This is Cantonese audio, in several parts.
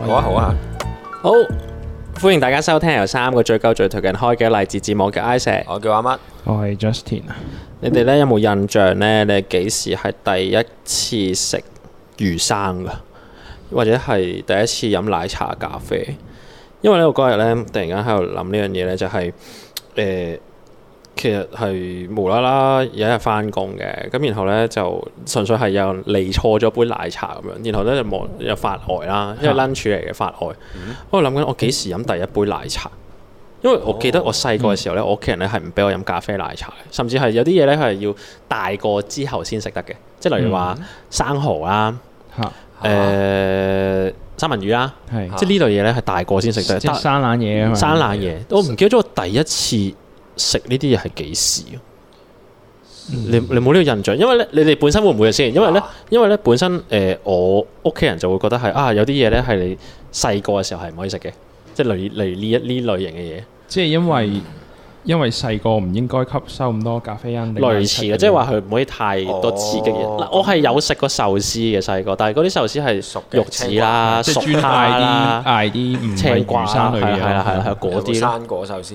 好啊好啊，好，歡迎大家收聽由三個最鳩最頹嘅人開嘅勵志節目嘅 I 石。我叫阿乜，我係 Justin 啊，你哋咧有冇印象咧？你哋幾時係第一次食魚生噶？或者係第一次飲奶茶咖啡？因為咧，我嗰日咧突然間喺度諗呢樣嘢咧，就係、誒、其實係無啦啦有一日翻工嘅，咁然後咧就純粹係有人嚟錯咗杯奶茶咁樣，然後咧就望又發呆啦，因為 lunch 嚟嘅發呆。我諗緊我幾時飲第一杯奶茶？因為我記得我細個嘅時候咧，我屋企人咧係唔俾我飲咖啡奶茶嘅，甚至係有啲嘢咧係要大個之後先食得嘅，即係例如話生蠔啊啦、吓誒、呃三文魚啦，係即係呢類嘢咧係大個先食得嘅。即係生冷嘢啊嘛，但生冷嘢，我唔記得咗我第一次食呢啲嘢係幾時啊嗯你你冇呢個印象，因為咧你哋本身會唔會先？因為咧啊因為咧本身誒、呃我屋企人就會覺得係啊有啲嘢咧係你細個嘅時候係唔可以食嘅，即係例如例如呢一呢類型嘅嘢。即係因嗯為因為細個唔應該吸收咁多咖啡因，類似啊嘅，即係話佢唔可以太多刺激嘢。哦嗱、我係有食過壽司嘅細個，但係嗰啲壽司係熟嘅肉子啦、即熟係專蝦嗌啲啦、嗌啲唔係啊青瓜魚生啦，類係啦嘅嘢，係啦係啊啦嗰有冇啲啦。生果壽司。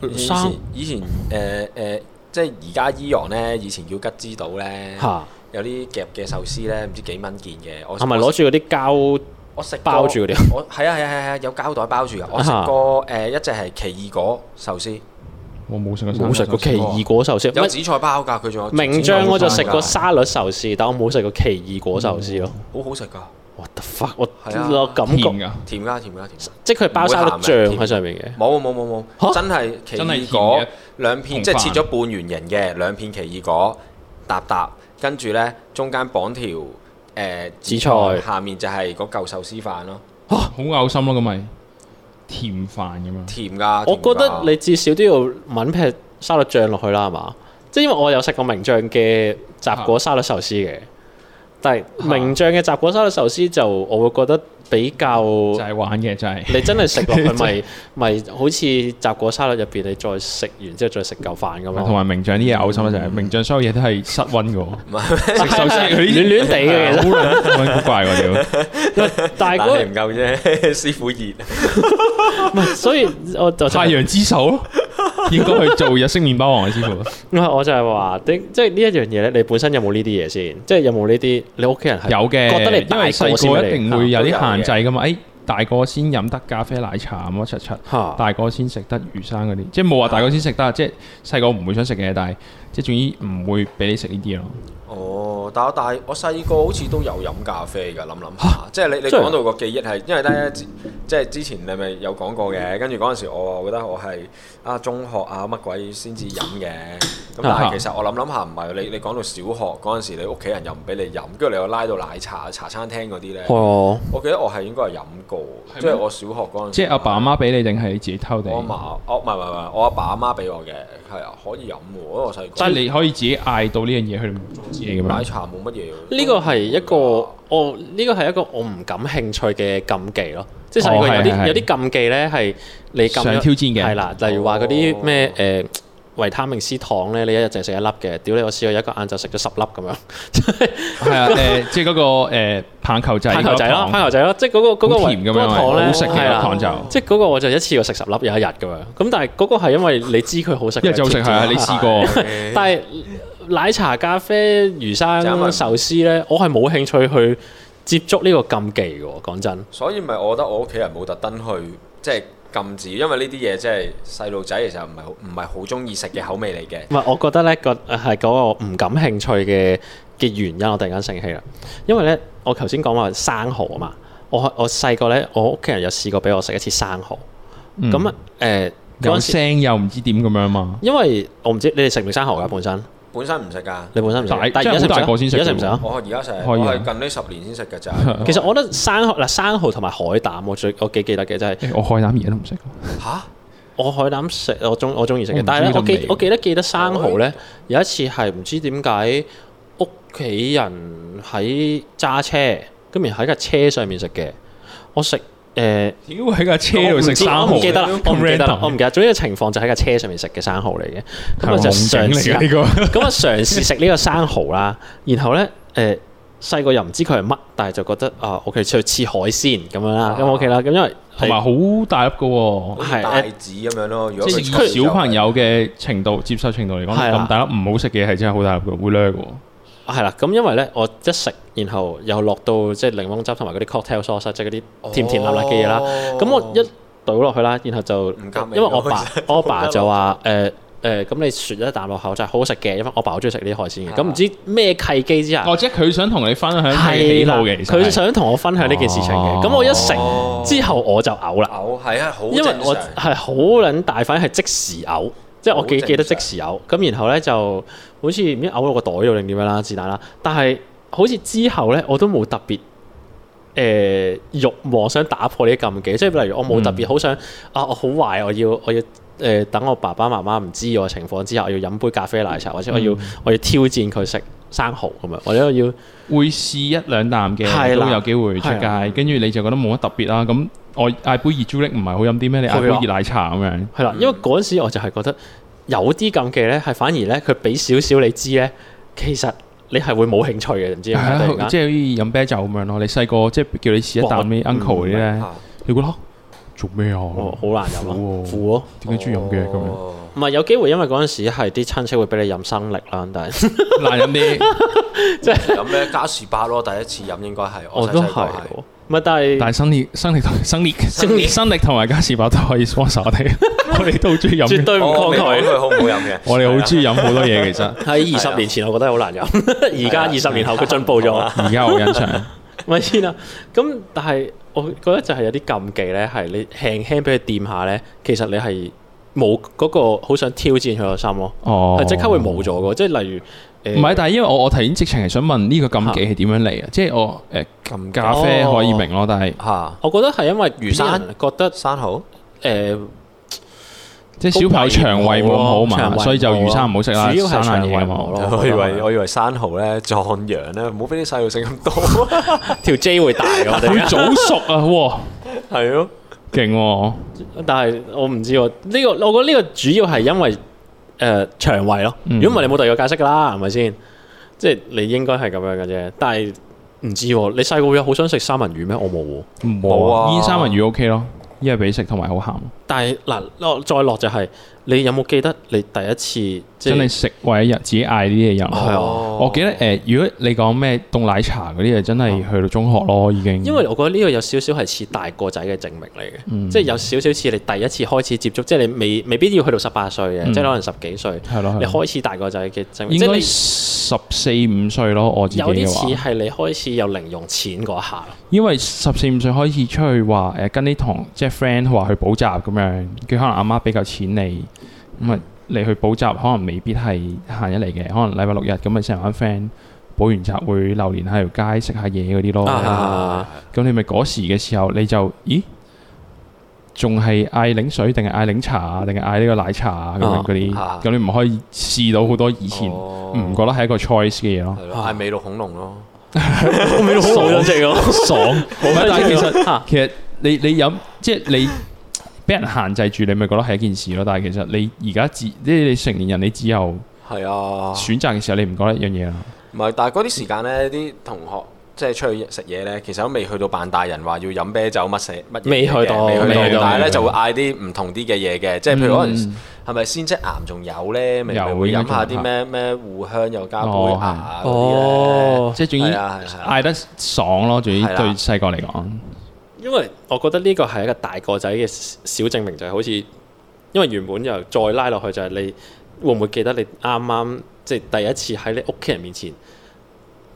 以前生以前誒誒，即係而家伊洋咧，以前叫吉之島咧，嚇有啲夾嘅壽司咧，唔知幾蚊件嘅。我係咪攞住嗰啲膠？我食過包住嗰啲啊？我係啊係啊係啊，有膠袋包住㗎。我食啊過誒一隻係奇異果壽司，我冇食過生冷壽冇食司喎，過奇異果壽司，有唔係紫菜包㗎，佢仲有名紫菜將我就包食過㗎沙律壽司，但我冇食過奇異果壽司咯。好好食㗎，我的 fuck！我嗯係啊我感甜覺㗎，甜㗎甜㗎甜㗎。即係佢包沙律醬唔會鹹嘅喺上面嘅。冇冇冇嚇冇冇，真係奇真係甜異果嘅兩同片，即係飯切咗半圓形嘅兩片奇異果，搭搭，跟住呢，中間綁條誒、呃紫菜下面就係嗰嚿壽司飯咯，好嘔心咯咁咪甜飯咁啊樣，甜㗎。我甜覺得㗎你至少都要揾劈沙律醬落去啦，係嘛？即係因為我有食過名將嘅雜果沙律壽司嘅，但係啊名將嘅雜果沙律壽司就我會覺得比較，就係玩嘅就係你真係食 落去咪咪好似雜果沙律入邊，你再食完之後再食嚿飯咁啊同 咯，埋名將啲嘢嘔心啦，就係名將所有嘢都係室温嘅喎，食壽 司係佢係啲暖暖地嘅其好撚好撚古怪喎屌！ 實，但係但係嗰唔夠啫， 師傅熱。唔係所以我就太陽之手咯， 應該去做日式麵包王啊嘅師傅。唔係我就係話，即即係呢一樣嘢咧，你本身有冇呢啲嘢先？即係有冇呢啲？你屋企人係有嘅，覺得你因為細細個一定會有啲限都制噶嘛。誒，哎大個先飲得咖啡奶茶乜柒柒，嚇大個先食得魚生嗰啲，即係冇話大個先食得，即係細個唔會想食嘅，但係即係總之唔會俾你食呢啲咯。嗯哦，但我但係我細個好似都有飲咖啡㗎，諗諗下，即係你你真係講到個記憶係，因為咧之即係之前你咪有講過嘅，跟住嗰陣時我話覺得我係啊中學啊乜鬼先至飲嘅，咁但啊係其實我諗諗下唔係，你你講到小學嗰陣時，你屋企人又唔俾你飲，跟住你又拉到奶茶茶餐廳嗰啲咧，哦係啊我記得我係應該係飲過，即係我小學嗰陣時，啊即係阿爸阿媽俾你定係你自己偷地我？阿嫲，我唔係唔係唔係，我阿爸阿媽俾我嘅，係啊可以飲喎，因為我細個即係你可以自己嗌到呢樣嘢去做自己咁奶嗯樣。茶冇乜嘢喎，呢個係一個我呢個係一個我唔感興趣嘅禁忌咯，即係細個哦有係係啲係有啲禁忌咧係你咁想樣挑戰嘅哦係啦，例如話嗰啲咩誒維他命 C 糖咧，你一日淨係食一粒嘅，屌你我試過有一個晏晝食咗十粒咁樣，係啊，誒，即係嗰個誒棒球仔，棒球仔咯，棒球仔咯，即係嗰個嗰個好維甜咁嗰個樣，糖咧好食嘅係個啦糖就。即係嗰個我就一次過食十粒有一日咁樣，咁但係嗰個係因為你知佢好食，一日就食係啊，你試過？係但係奶茶、咖啡、魚生就因為、壽司咧，我係冇興趣去接觸呢個禁忌嘅喎。講真，所以咪我覺得我屋企人冇特登去即係禁止，因為呢啲嘢即係細路仔其實唔係好唔係好中意食嘅口味嚟嘅。唔係我覺得咧個係嗰個唔感興趣嘅嘅原因，我突然間醒起啦。因為咧，我頭先講話生蠔啊嘛，我我細個咧，我屋企人有試過俾我食一次生蠔。嗯咁誒嗰有陣時，聲又唔知點咁樣嘛。因為我唔知你哋食唔食生蠔㗎啊本身，本身唔食㗎，你本身唔食大，但係而家真係好食唔食大個先啊？食而家食唔食啊？我而家食，可我以啊係近呢十年先食嘅 咋。嚇其實我覺得生蠔嗱生蠔同埋海膽，我最我幾記得嘅就係。誒我海膽而家都唔食。我海膽食，我中我中意食我嘅唔，但係咧，我中意記呢個味我記得記得生蠔咧，有一次係唔知點解屋企人喺揸車，咁然後喺架車上面食嘅，我食誒，呃屌喺架車度食生我唔知我唔記蠔，得啦，我唔記得啦，我唔記得，總之情況就喺架車上面食嘅生蠔嚟嘅， 咁我就啊嘗夢境嚟試下嘅呢個。咁啊，嘗試食呢個生蠔啦，然後咧誒、細個又唔知佢係乜，但係就覺得啊，OK，似似海鮮咁樣啦，咁啊 OK 啦，咁因為同埋好大粒嘅喎。好似係帶子咁樣咯。如果即佢係以粗小朋友嘅程度接受程度嚟講，係啦咁大粒唔好食嘅係真係好大粒嘅，會掠嘅喎。係啦，咁因為咧，我一食，然後又落到即係檸檬汁同埋嗰啲 cocktail sauce，即係啊嗰啲甜甜辣辣嘅嘢啦。哦咁我一倒落去啦，然後就唔夾味因為我 爸咯我阿爸就話誒誒，咁你雪一啖落口就係好食嘅，因為我爸好中意食呢啲海啊鮮嘅。咁唔知咩契機之下，哦，即係佢想同你分享佢喜係啦，好嘅，其實係佢想同我分享呢件事情嘅。咁我一食哦之後我就嘔啦，嘔係啊，好因為正我常係好撚大反，係即時嘔。即係我記好正常記得即時嘔，咁然後咧就好似唔知嘔落個袋度定點樣啦，是但啦。但係好似之後咧，我都冇特別誒慾望想打破呢啲禁忌，即係例如我冇嗯特別好想、啊，我好壞，我要我要誒、呃等我爸爸媽媽唔知我情況之下，我要飲杯咖啡奶茶，或者我嗯要、我要挑戰佢食生蠔咁樣，或者我要。會試一兩啖嘅，係都啦有機會出係啦街。跟住你就覺得冇乜特別啦。咁我嗌杯熱朱力唔係好飲啲咩？你嗌杯係啊熱奶茶咁樣。係啦，因為嗰陣時我就係覺得有啲禁忌咧，係反而咧佢俾少少你知咧，其實你係會冇興趣嘅，唔知係點解突啊，然即間。係好似飲啤酒咁樣咯。你細個即係叫你試一啖哇嗯啲 uncle 嗰啲咧，嚇你覺得嚇啊做咩啊？哦好難飲苦啊，喎苦咯。點解中意飲嘅咁樣？哦唔係有機會，因為嗰陣時係啲親戚會俾你飲生力啦，但係 難飲啲，飲咩加士伯咯，第一次飲應該係我細都細個係係喎，唔係但係但係生力、生力同生 力、生力生力同埋加士伯都可以 sponsor 我哋，我哋都好中意飲絕嘅。，對唔抗哦我未講拒。佢好唔好飲嘅 我哋好中意飲好多嘢，其實喺二十年前，我覺得好難飲。而家係啊二十年後，佢進步咗啊。而家好 欣賞。咪先啦。咁但係我覺得就係有啲禁忌咧，係你輕輕俾佢掂下咧，其實你係冇嗰個好想挑戰佢個心咯。哦，係即刻會冇咗嘅，即係例如誒，唔係，但係因為我我頭先直情係想問呢個禁忌係點樣嚟啊？即係我誒撳咖啡哦可以明咯，但係嚇我覺得係因為魚生啲人覺得呃生蠔誒即係小朋友腸胃冇咁好嘛，所以就魚生唔好食啦，哦主要生係腸冷胃嘢唔好嘛。咯。我以為我以為生蠔咧壯陽咧，唔好俾啲細路食咁多， 條 J 會大嘅，我佢哋早熟啊，哇，係咯，勁喎！但係我唔知喎，呢個我覺得呢個主要係因為誒腸胃咯。嗯如果唔係你冇第二個解釋㗎啦，係咪先？即係你應該係咁樣嘅啫，但係唔知喎。你細個會有好想食三文魚咩？我冇喎。冇啊，冇啊煙三文魚 OK 咯，依係俾食同埋好鹹，但係嗱，落再落就係、你有冇記得你第一次即真係係食為一日自己嗌啲嘢飲。係啊我記得誒，如果你講咩凍奶茶嗰啲嘢，真係去到中學咯已經。啊因為我覺得呢個有少少係似大個仔嘅證明嚟嘅，嗯即係有少少似你第一次開始接觸，即係你未未必要去到十八歲嘅，嗯即係可能十幾歲，係咯，係你咯開始大個仔嘅證明，應即係該你十四五歲咯，我自己有啲嘅似話。係你開始有零用錢嗰一下咯。因為十四五歲開始出去話誒、跟啲堂即係 friend 話去補習咁樣，佢可能阿媽俾嚿錢你，咁啊你去補習可能未必係閒日嚟嘅，可能禮拜六日咁咪成班 friend 補完習會流連喺條街食下嘢嗰啲咯。咁、啊你咪嗰時嘅時候你就咦，仲係嗌檸水定係嗌檸茶啊定係嗌呢個奶茶啊咁樣嗰啲，咁、啊你唔可以試到好多以前哦唔唔覺得係一個 choice 嘅嘢咯，係咯，嗌美露恐龍咯，我未好老正 咯，爽。啊但係其 實實其實你你飲即係你 俾人限制住，你咪覺得係一件事咯。但係其實你而家自即係你成年人，你只有係啊，選擇嘅時候，你唔覺得一樣嘢啦。啊唔係，但係嗰啲時間咧，啲同學即係出去食嘢咧，其實都未去到扮大人話要飲啤酒乜嘢乜嘢嘅未去到未去未去到到，但係咧就會嗌啲唔同啲嘅嘢嘅，即係譬如可能嗯係咪先即癌仲有咧，咪有咪會應該飲下仲有啲咩咩互香又加杯哦牙嗰啲哦，即係啊總咧，之係啊係啊，嗌得爽咯，總之係啦對細個嚟講，因為我覺得呢個係一個大個仔嘅小證明，就係好似因為原本又再拉落去就係你會唔會記得你啱啱即係第一次喺你屋企人面前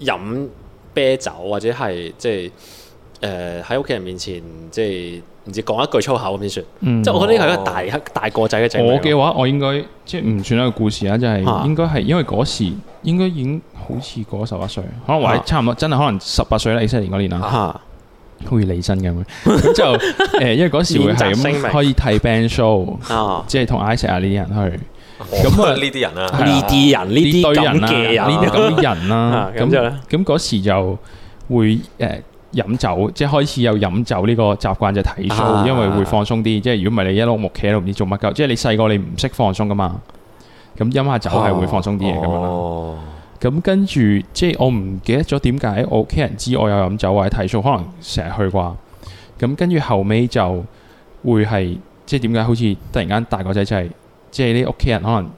飲啤酒或者係即係誒喺屋企人面前即係唔知講一句粗口咁先算，哦嗯即係我覺得呢個係一個大、大個仔嘅證我明嘅咯。話，我應該即係唔算一個故事啦，就係、啊應該係因為嗰時應該已經好似過咗十八歲，可能或者啊差唔多，真係可能十八歲啦，以色列嗰年啦。嚇好似李真咁樣，咁就誒，因為嗰時會練係習聲明咁可以睇 band show，啊！即係同 Isaac 啊呢啲人去。咁咁啊啊呢啲人啊，係呢啊啲人呢啲堆咁啦嘅人，呢啲咁嘅人啦 啊，咁之後咧咁嗰時就會誒飲酒，即係開始有飲酒呢個習慣，就睇 show，啊因為會放鬆啲。即係如果唔係你一碌木企喺度唔知做乜鳩，即係你細個你唔識放鬆噶嘛。咁飲下酒係會放鬆啲嘅咁樣啦。哦，咁跟住即係我唔記得咗點解我屋企人知我有飲酒或者睇數，可能成日去啩。咁跟住後尾就會係即係點解好似突然間大個仔就係、即係啲屋企人可能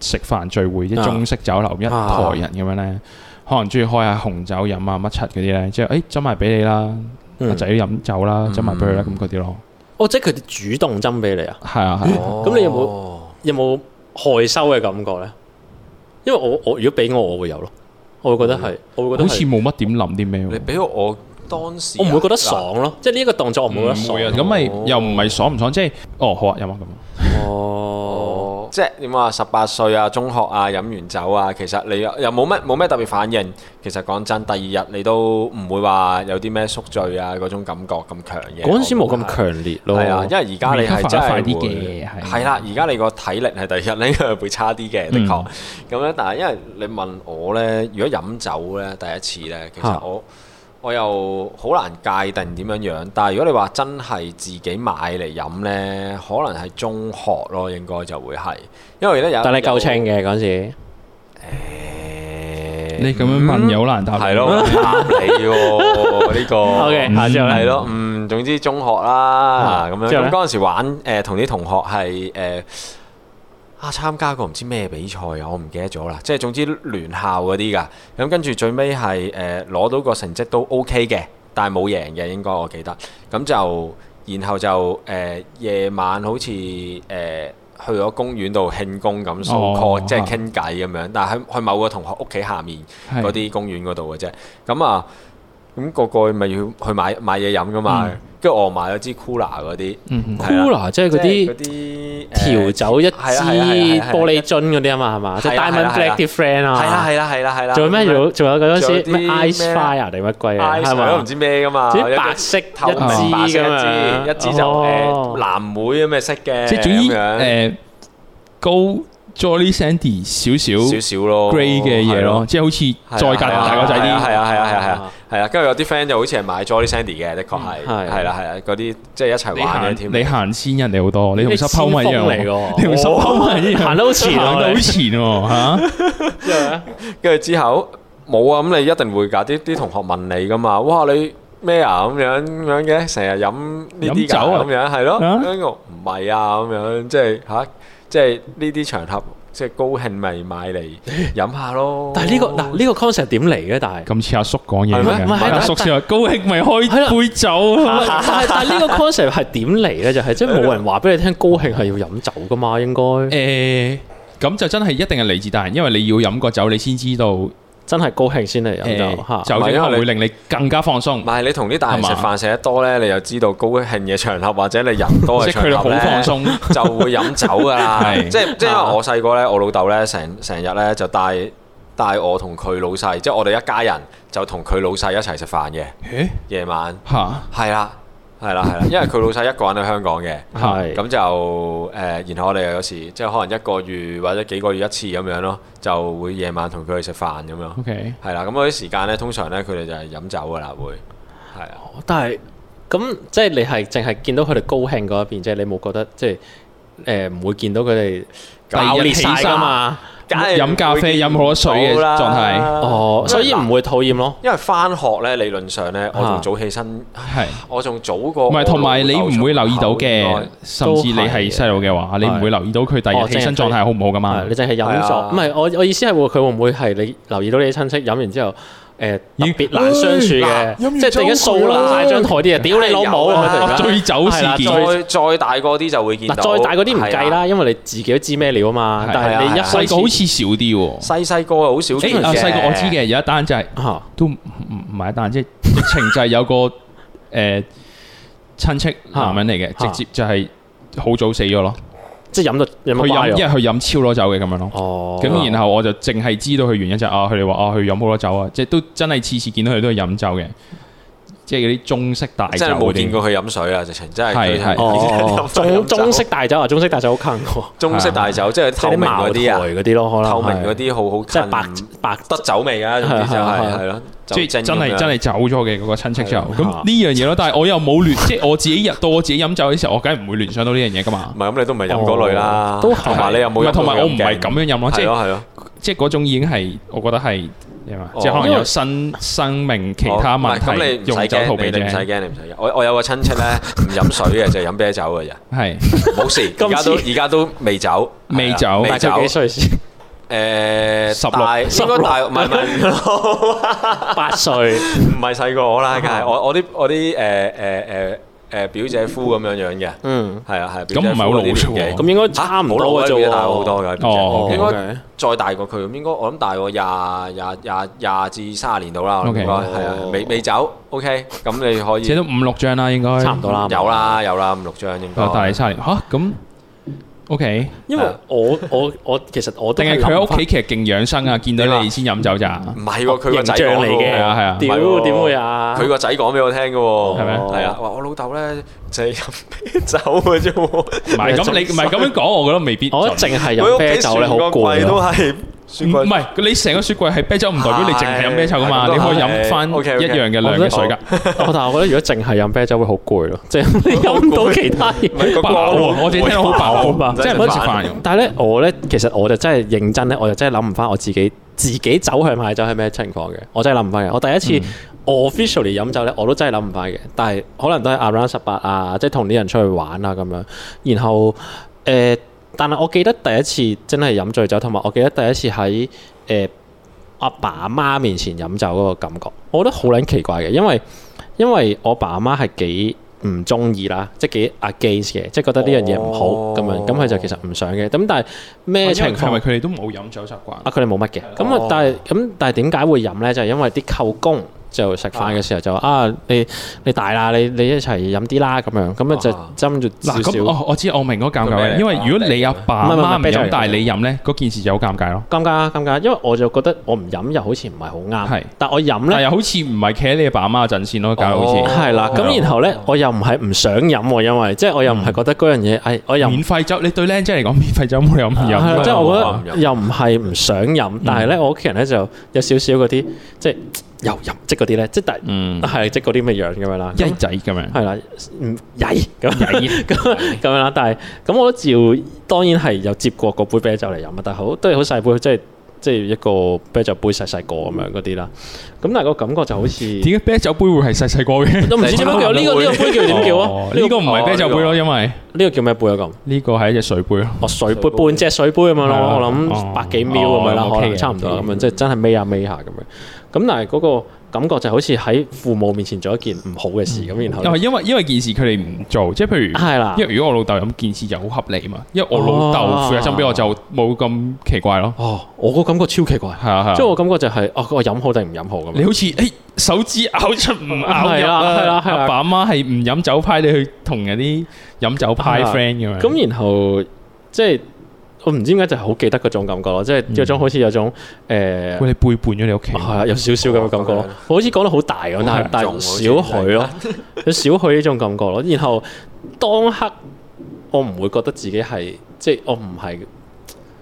食飯聚會，即係啊中式酒樓一台人咁樣咧，可能中意開下紅酒飲啊乜柒嗰啲咧，即係誒斟埋俾你啦，嗯阿仔飲酒啦，斟埋俾佢啦咁嗰啲咯。哦，即係佢哋主動斟俾你啊？係啊係啊。哦咁你有冇有冇害羞嘅感覺咧？因為我我如果俾我，我會有咯，我會覺得係，我會覺好得似係冇乜點諗啲咩你喎，俾我當時我唔會覺得啊，爽咯，即係呢一個動作我唔會覺得唔爽會。啊，咁咪又唔係爽唔爽，即係哦好啊，飲啊咁啊。哦，嗱即係點啊？十八歲啊，中學啊，飲完酒啊，其實你又又冇乜冇咩特別反應。其實講真，第二日你都唔會話有啲咩宿醉啊嗰種感覺咁強嘅。嗰陣時冇我覺咁得強烈咯。係啊，因為而家你係真係而家反而快啲會嘅係係啦，而家你個體力係第一咧，應該會差啲嘅，的嗯確。咁咧，但係因為你問我咧，如果飲酒咧第一次咧，其實嚇我我又好難界定點樣樣。但係如果你話真係自己買嚟飲咧，可能係中學咯，應該就會係，因為咧有但你夠清嘅嗰陣時，嗯你咁樣問嘢好難答。係 咯，唔啱你喎呢個。 OK，下之後係咧，咯，嗯，總之中學啦啊咁樣。之後呢咁嗰陣時玩誒，同啲同學係誒啊參加過唔知咩比賽啊，我唔記得咗啦。即係總之聯校嗰啲㗎。咁跟住最尾係誒攞到個成績都 OK 嘅，但係冇贏嘅應該我記得。咁就然後就誒夜晚好似誒。去咗公園度慶功咁 so 哦 call，即係啊傾偈咁樣，但係去去某個同學屋企下面。係嗰啲公園嗰度嘅啫。咁啊，咁個個咪要去買買嘢飲噶嘛嗯。跟住我買咗支 Cooler 嗰啲，嗯嗯係啦 Cooler 即係嗰即啲係啲調誒酒一支係啊係啊係啊係啊玻璃樽嗰啲啊嘛，係嘛？即係係啊係啊 Diamond 係啊 Black 啲 friend 係啦啊。係啦係啦係啦。仲有咩？仲有仲有嗰陣時仲有啲咩 Ice 咩 Fire 定乜鬼啊？ ice 係我都嘛唔？知咩噶嘛，即係有啲白色透一明支啊白色咁樣一支，一支就哦誒藍莓咁嘅色嘅，即係總之咁樣誒高 Jolly Sandy 少少少少咯 grey 嘅嘢係咯，即係好似再隔係啊大個仔係啊啲係啊係啊係啊係啊啊係啊，跟住有啲 friend 就好似係買咗啲 Sandy 嘅，的確係嗯係係啦係啊，嗰啲即係一齊你玩嘅行添。你行先人哋好多，你同你濕拋咪一樣先鋒嚟喎，㗎 哦你同濕拋咪一樣，行得好前喎啊行得好你前啊喎 之後咧嚇。啊跟住之後冇啊，咁你一定會㗎。啲啲同學問你噶嘛，哇你咩啊咁樣咁樣嘅，成日飲呢飲啲酒啊㗎咁樣係咯。啊跟住我唔係啊咁樣，即係嚇，即係呢啲場合即係高興咪買 嚟飲下咯。但係呢個嗱呢個 concept 點嚟嘅？但係咁似阿叔講嘢係咩嘅，唔係阿叔先話高興咪開杯酒啊。但係但係呢個 concept 係點嚟咧？就係即係冇人話俾你聽，高興係要飲酒噶嘛，應該誒咁就真係一定係嚟自大人，因為你要飲過酒，你先知道真係高興先嚟飲誒酒嚇。酒精係會令你更加放鬆唔。係你同啲大人食係嘛飯食得多咧，你就知道高興嘅場合或者你人多 嘅即係場佢哋合好咧， 放鬆。就會飲酒㗎啦。 係啊即係即係因為我細個咧，我老豆咧成成日咧就帶帶我同佢老細，即係我哋一家人就同佢老細一齊食飯嘅誒夜晚。嚇係啦，係啦，係啦，因為佢老細一個人喺香港嘅。係咁就誒、呃然後我哋有時即係可能一個月或者幾個月一次咁樣咯，就會夜晚同佢哋食飯咁樣。 OK，係啦，咁嗰啲時間咧，通常咧佢哋就係飲酒㗎啦，會係啊。但係咁即係你係淨係見到佢哋高興嗰一邊，即係你冇覺得即係誒唔會見到佢哋爆裂晒㗎嘛？梗係飲咖啡飲好多水嘅狀態哦，所以唔會討厭咯。因為翻學咧，理論上咧，我啊仲早起身，係。我仲早過唔哦我老係，豆出口。同埋你唔會留意到嘅，甚至你係細路嘅話，你唔會留意到佢第哦日起身即係狀佢態好唔好噶嘛係你？淨係係飲啊咗，唔係我我意思係會佢會唔會係你留意到你啲親戚飲完之後誒特咦別難相處嘅，喂嗱飲完即係突然間酒啊掃冧佢啦晒張台啲嘢，屌你老母有啊咁樣突然間醉酒事係件啦再再大個啲就會見到。嗱，再大嗰啲唔計係啊。啦，因為你自己都知咩料啊嘛係。但係你一細開啊個好始似少啲喎。細細個好少見誒，啊嘅。細個我知嘅，有一單就係嚇都唔唔唔係一單，即係直情就係有個 誒親戚男人嚟嚇嘅，直接就係好早死咗咯。即係飲到飲到佢瓜飲，因咗。為佢飲超多酒嘅咁樣咯。啊哦，咁然後我就淨係知道佢原因就係啊，佢哋話啊，佢飲好多酒啊，即係都真係次次見到佢都係飲酒嘅，即係嗰啲中式大酒真係嗰冇見啲。過佢飲水啊！直情真係係佢 係哦，中中式大酒啊，中式大酒好近喎，中式大酒，即係即透係啲明茅嗰台啲啊，嗰啲咯，可能透明係嗰，啲好好即係白近白得酒味㗎，總之就係係係係係咯，酒即係精真咁係樣真係走咗嘅嗰個親戚就係啊咁呢樣嘢咯，但係我又冇聯，即係我自己入到我自己飲酒嘅時候，我梗係唔會聯想到呢樣嘢噶嘛唔。係咁，你都唔係飲嗰類啦。哦都係同埋你又冇唔係飲到同埋我唔咁勁係咁樣飲咯，即係係咯係咯，即係嗰種已經係，我覺得係點啊哦即係可因能為有新生命其他問哦唔係咁題你唔用使走逃避驚，你唔使啫，驚，你唔使驚。我我有個親戚咧唔飲水嘅，就係飲啤酒 嘅啫，係冇事。今而家都次而家都未走，未係啊走未大走佢幾。歲先？誒， 16大應該大，唔係唔係。八歲。唔係細過我啦，梗係我我啲我啲誒誒誒誒表姐夫咁樣樣嘅，嗯，係啊係啊。咁唔係好老啫喎咁應該差唔多嘅啫啫喎。大我好多嘅，哦表姐 OK 應該 OK 再大過佢，咁應該我諗大過廿廿廿廿至三十年到啦，我諗 OK 應該係啊，未未走，OK，咁你可寫以到五六張啦，應該差唔多啦有啦有啦，五六張應該哦。啊大你三年吓咁，OK，因為我我我其實我都啊定係係佢喺諗屋返企其實勁養生啊，見到你先飲酒咋？唔 係喎，佢個形仔象講嚟喎嘅，係啊係啊屌唔係喎點會啊？佢個仔講俾我聽嘅喎，係咩係啊，話我老豆咧就係飲啤酒嘅啫喎。唔係咁你唔係咁樣講，我覺得未必準。我覺得淨係飲啤酒咧好攰啊都咯。係雪唔櫃唔。係，你成個雪櫃係啤酒，唔代表你淨係飲啤酒噶嘛，係你可以係飲翻一 OK，OK 樣嘅量嘅水㗎。我但係我覺得如果淨係飲啤酒會好攰咯，即係你飲唔到其他嘢。係個飽啊！我哋聽到好飽啊，真真係係唔想食煩飯㗎。但係咧，我咧其實我就真係認真咧，我就真係諗唔翻我自己自己走去買酒係咩情況嘅，我真係諗唔翻嘅。我第一次 officially 飲酒咧，我都真係諗唔翻嘅。但係可能都係 around 十八啊，即係同啲人出去玩啊咁樣。然後誒、呃但係我記得第一次真係飲醉酒，同埋我記得第一次喺誒阿爸阿媽面前飲酒嗰個感覺，我覺得好撚奇怪嘅，因為因為我爸阿媽係幾唔中意啦，即係幾 against 嘅，即係覺得呢樣嘢唔好哦咁樣，咁佢就其實唔想嘅。咁但係咩情係況咪？哦佢哋都冇飲酒習慣？啊，佢哋冇乜嘅。咁哦啊，但係咁但係點解會飲咧？就係因為啲舅公就食飯嘅時候就話啊，你你大啦，你你一齊飲啲啦咁樣，咁啊啊就斟住少嗱，咁少。我我知我明嗰個尷尬佢咩嚟嘅，因為如果你阿爸阿媽唔唔係唔係啤酒嚟飲㗎，但係你飲咧，嗰件事就好尷尬咯。尷尬啊尷尬，因為我就覺得我唔飲又好似唔係好啱係，但我飲但咧又好似唔係企喺你阿爸阿媽陣線咯，搞到好哦似係啦。咁然後咧，我又唔係唔想飲喎，因為即係我又唔係覺得嗰樣嘢，誒我又唔免費酒，你對僆仔嚟講，免費酒冇理由嗯唔係啦飲。嗯即係我唔覺飲得又唔係唔想飲，但係咧我屋企人咧就有少少嗰啲即係又飲即嗰啲咧，即係但嗯，係即嗰啲咩樣咁樣啦。一仔咁樣。係啦，唔曳咁曳咁咁樣啦。但係咁我都照，當然係有接過嗰杯啤酒嚟飲啊，但係好都係好細杯，即係即係一個啤酒杯細細個咁樣嗰啲啦。咁但係個感覺就好似點解啤酒杯會係細細個嘅？都唔知點樣叫呢個呢個杯叫點叫啊哦？呢個唔係啤酒杯咯，因為呢個叫咩杯啊？咁呢個係一隻水杯咯。哦，水杯半隻水杯咁樣係啊咯，我哦諗百幾 ml 咁樣啦，哦可 OK 能嘅差唔多 OK 咁樣，即係真係孭下孭下咁樣。咁但係嗰個感覺就好似喺父母面前做一件唔好嘅事咁，然後哦因為因為因為件事佢哋唔做，即係譬如係啦因為如果我老豆飲件事就好合理嘛，因為我老豆哦負責斟俾我就冇咁奇怪咯。哦，我個感覺超奇怪，係啊係啊，即係我感覺就係哦，我飲好定唔飲好咁樣你。好似誒手指咬出唔咬 入係啦係啦啦，係啊啦阿爸阿媽係唔飲酒派，你去同人啲飲酒派係啊 friend 咁樣。咁然後即係我唔知點解就係好記得嗰種感覺咯，即嗯係有種好似有種誒喂，你背叛咗你屋企，係啊，有少少咁嘅感覺咯哦。我好似講得好大咁，但係但係好嚴重少許咯好，有少許呢種感覺咯。然後當刻我唔會覺得自己係即係我唔係